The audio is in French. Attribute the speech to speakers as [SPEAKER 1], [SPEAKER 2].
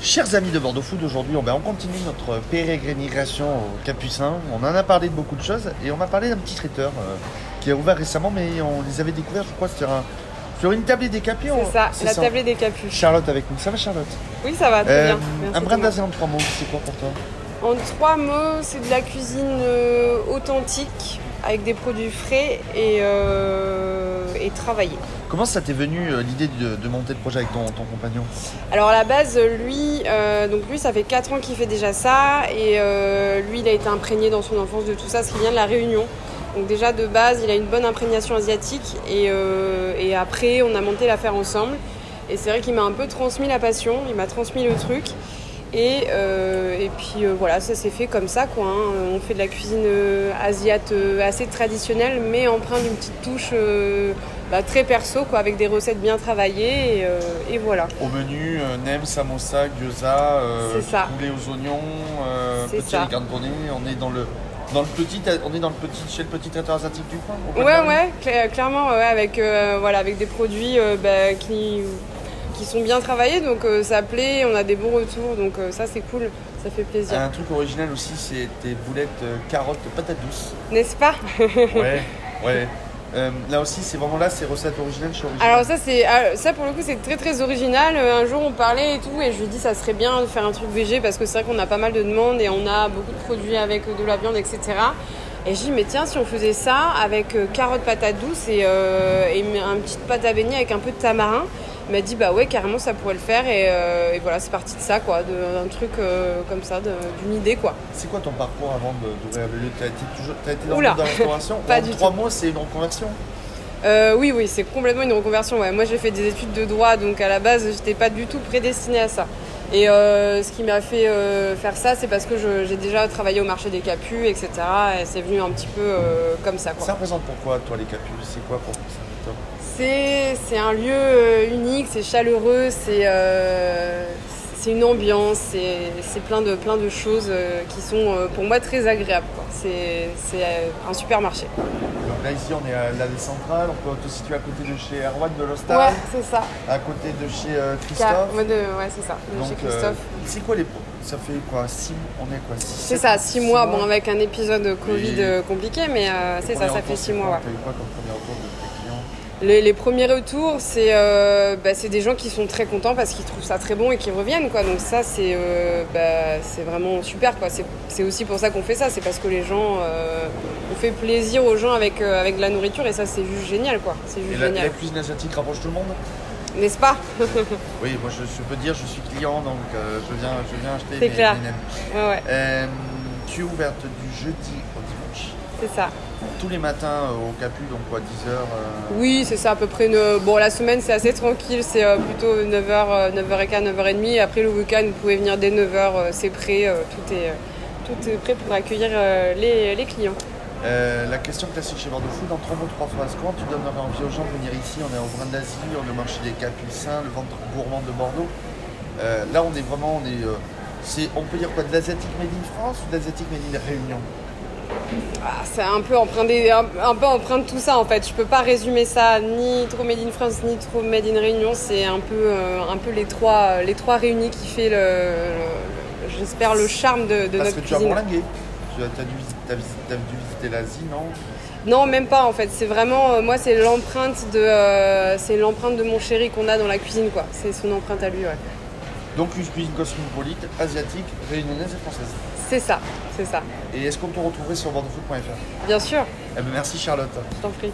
[SPEAKER 1] Chers amis de Bordeaux Food, aujourd'hui on, ben, on continue notre pérégrination au Capucin. On en a parlé de beaucoup de choses et on m'a parlé d'un petit traiteur euh, qui a ouvert récemment, mais on les avait découverts, je crois, sur, un- sur une tablée des Capis. on-
[SPEAKER 2] C'est ça, la tablée des capuches.
[SPEAKER 1] Charlotte avec nous. Ça va, Charlotte
[SPEAKER 2] Oui, ça va, très
[SPEAKER 1] Euh,
[SPEAKER 2] bien. Merci
[SPEAKER 1] Un brin
[SPEAKER 2] Thomas.
[SPEAKER 1] d'Asie en trois mots, c'est quoi pour toi
[SPEAKER 2] En trois mots, c'est de la cuisine euh, authentique, avec des produits frais et, euh, et travaillée.
[SPEAKER 1] Comment ça t'est venu euh, l'idée de, de monter le projet avec ton, ton compagnon
[SPEAKER 2] Alors à la base, lui, euh, donc lui, ça fait 4 ans qu'il fait déjà ça, et euh, lui, il a été imprégné dans son enfance de tout ça, parce qu'il vient de la Réunion. Donc déjà de base, il a une bonne imprégnation asiatique, et, euh, et après, on a monté l'affaire ensemble. Et c'est vrai qu'il m'a un peu transmis la passion, il m'a transmis le truc. Et, euh, et puis euh, voilà, ça s'est fait comme ça quoi. hein. On fait de la cuisine euh, asiate euh, assez traditionnelle, mais empreinte d'une petite touche euh, bah, très perso quoi, avec des recettes bien travaillées. Et, euh, et voilà.
[SPEAKER 1] Au menu, euh, nem, samosa, gyoza, euh,
[SPEAKER 2] C'est ça.
[SPEAKER 1] poulet aux oignons, euh,
[SPEAKER 2] C'est
[SPEAKER 1] petit
[SPEAKER 2] ça.
[SPEAKER 1] riz cantonné. On est dans le dans le petit, on est dans le petit chez le petit traiteur asiatique du coin. au coin de
[SPEAKER 2] Ouais,
[SPEAKER 1] la rue.
[SPEAKER 2] ouais, cla- clairement, ouais, avec, euh, voilà, avec des produits euh, bah, qui, qui sont bien travaillés, donc euh, ça plaît, on a des bons retours, donc euh, ça c'est cool, ça fait plaisir.
[SPEAKER 1] Un truc original aussi, c'est tes boulettes euh, carottes patates douces.
[SPEAKER 2] N'est-ce pas
[SPEAKER 1] Ouais, ouais. Euh, là aussi, c'est vraiment là, c'est recettes originales chez Original.
[SPEAKER 2] Alors ça, c'est, ah, ça pour le coup, c'est très très original. Euh, Un jour, on parlait et tout, et je lui dis ça serait bien de faire un truc végé parce que c'est vrai qu'on a pas mal de demandes et on a beaucoup de produits avec euh, de la viande, etc. Et je dis mais tiens, si on faisait ça avec euh, carottes, patates douces et, euh, et une- un petite pâte à beignet avec un peu de tamarin. Il m'a dit bah ouais carrément ça pourrait le faire et, euh, et voilà c'est parti de ça quoi d'un truc euh, comme ça de- d'une idée quoi
[SPEAKER 1] C'est quoi ton parcours avant de- d'ouvrir le lieu T'as été, toujours, t'as été dans le
[SPEAKER 2] Oula.
[SPEAKER 1] monde de la restauration
[SPEAKER 2] Pas
[SPEAKER 1] En
[SPEAKER 2] du
[SPEAKER 1] trois mois, c'est une reconversion.
[SPEAKER 2] Euh, oui, oui, c'est complètement une reconversion. Ouais. Moi, j'ai fait des études de droit, donc à la base, j'étais pas du tout prédestinée à ça. Et euh, ce qui m'a fait euh, faire ça, c'est parce que je- j'ai déjà travaillé au marché des capus, etc. Et c'est venu un petit peu euh, comme ça. quoi.
[SPEAKER 1] Ça représente pourquoi, toi, les capus C'est quoi pour ça
[SPEAKER 2] C'est c'est un lieu euh, unique, c'est chaleureux, c'est euh, c'est une ambiance, c'est c'est plein de, plein de choses euh, qui sont euh, pour moi très agréables. quoi. C'est c'est, euh, un supermarché.
[SPEAKER 1] Donc là, ici, on est à l'allée centrale. On peut se situer à côté de chez Erwan de
[SPEAKER 2] Ouais,
[SPEAKER 1] l'Ostar,
[SPEAKER 2] c'est ça.
[SPEAKER 1] à côté de chez euh,
[SPEAKER 2] Car-
[SPEAKER 1] Christophe.
[SPEAKER 2] Ouais, de- ouais, c'est ça. de chez
[SPEAKER 1] Donc, euh,
[SPEAKER 2] Christophe.
[SPEAKER 1] c'est quoi les. Ça fait quoi six, On est quoi six-
[SPEAKER 2] C'est ça, 6 mois, bon avec un épisode de Covid
[SPEAKER 1] Oui.
[SPEAKER 2] euh, compliqué, mais euh, c'est ça,
[SPEAKER 1] Premier
[SPEAKER 2] ça
[SPEAKER 1] retour,
[SPEAKER 2] fait 6
[SPEAKER 1] c'est
[SPEAKER 2] mois.
[SPEAKER 1] quoi
[SPEAKER 2] ouais.
[SPEAKER 1] T'as eu quoi comme premier retour de tes clients
[SPEAKER 2] Les, les premiers retours, c'est euh, bah, c'est des gens qui sont très contents parce qu'ils trouvent ça très bon et qui reviennent, quoi. Donc ça, c'est euh, bah, c'est vraiment super, quoi. C'est- C'est aussi pour ça qu'on fait ça, c'est parce que les gens, euh, on fait plaisir aux gens avec, euh, avec de la nourriture et ça, c'est juste génial, quoi. C'est
[SPEAKER 1] Et
[SPEAKER 2] juste
[SPEAKER 1] la, la
[SPEAKER 2] génial,
[SPEAKER 1] cuisine asiatique rapproche tout le monde
[SPEAKER 2] n'est-ce pas
[SPEAKER 1] Oui, moi je, je peux dire, je suis client, donc euh, je, viens, je viens acheter
[SPEAKER 2] C'est
[SPEAKER 1] mes-
[SPEAKER 2] clair.
[SPEAKER 1] mes nems.
[SPEAKER 2] Ouais, ouais,
[SPEAKER 1] Euh, tu es ouverte du jeudi au dimanche,
[SPEAKER 2] c'est ça.
[SPEAKER 1] tous les matins euh, au Capu, donc quoi, 10h euh,
[SPEAKER 2] Oui, c'est ça, à peu près. Une... Bon, la semaine, c'est assez tranquille, c'est euh, plutôt 9h, euh, 9h15, 9h30. Après, le week-end, vous pouvez venir dès 9h, euh, c'est prêt, euh, tout, est, euh, tout est prêt pour accueillir euh, les, les clients.
[SPEAKER 1] Euh, la question classique chez Bordeaux Food, en trois mots, trois phrases, comment tu donnerais envie aux gens de venir ici On est au Brin d'Asie, on est au marché des Capucins, le ventre gourmand de Bordeaux. Euh, là, on est vraiment, on est, euh, c'est, on peut dire quoi, de l'asiatique made in France ou de l'asiatique made in Réunion
[SPEAKER 2] Ah, c'est un peu emprunté, un, un peu empreinte tout ça en fait. Je peux pas résumer ça ni trop Made in France ni trop Made in Réunion. C'est un peu, euh, un peu les trois, euh, les trois réunis qui fait le, le- j'espère le charme de, de
[SPEAKER 1] Parce
[SPEAKER 2] notre
[SPEAKER 1] que tu as
[SPEAKER 2] cuisine.
[SPEAKER 1] bourlingué, tu as, t'as dû, visi- t'as visi- t'as dû visiter l'Asie, non
[SPEAKER 2] Non, même pas en fait. C'est vraiment, euh, moi, c'est l'empreinte de, euh, c'est l'empreinte de mon chéri qu'on a dans la cuisine, quoi. C'est son empreinte à lui, ouais.
[SPEAKER 1] Donc une cuisine cosmopolite, asiatique, réunionnaise et française.
[SPEAKER 2] C'est ça, c'est ça.
[SPEAKER 1] Et est-ce qu'on te retrouverait sur bordeauxfood.fr
[SPEAKER 2] Bien sûr,
[SPEAKER 1] Eh ben merci Charlotte.
[SPEAKER 2] je t'en prie.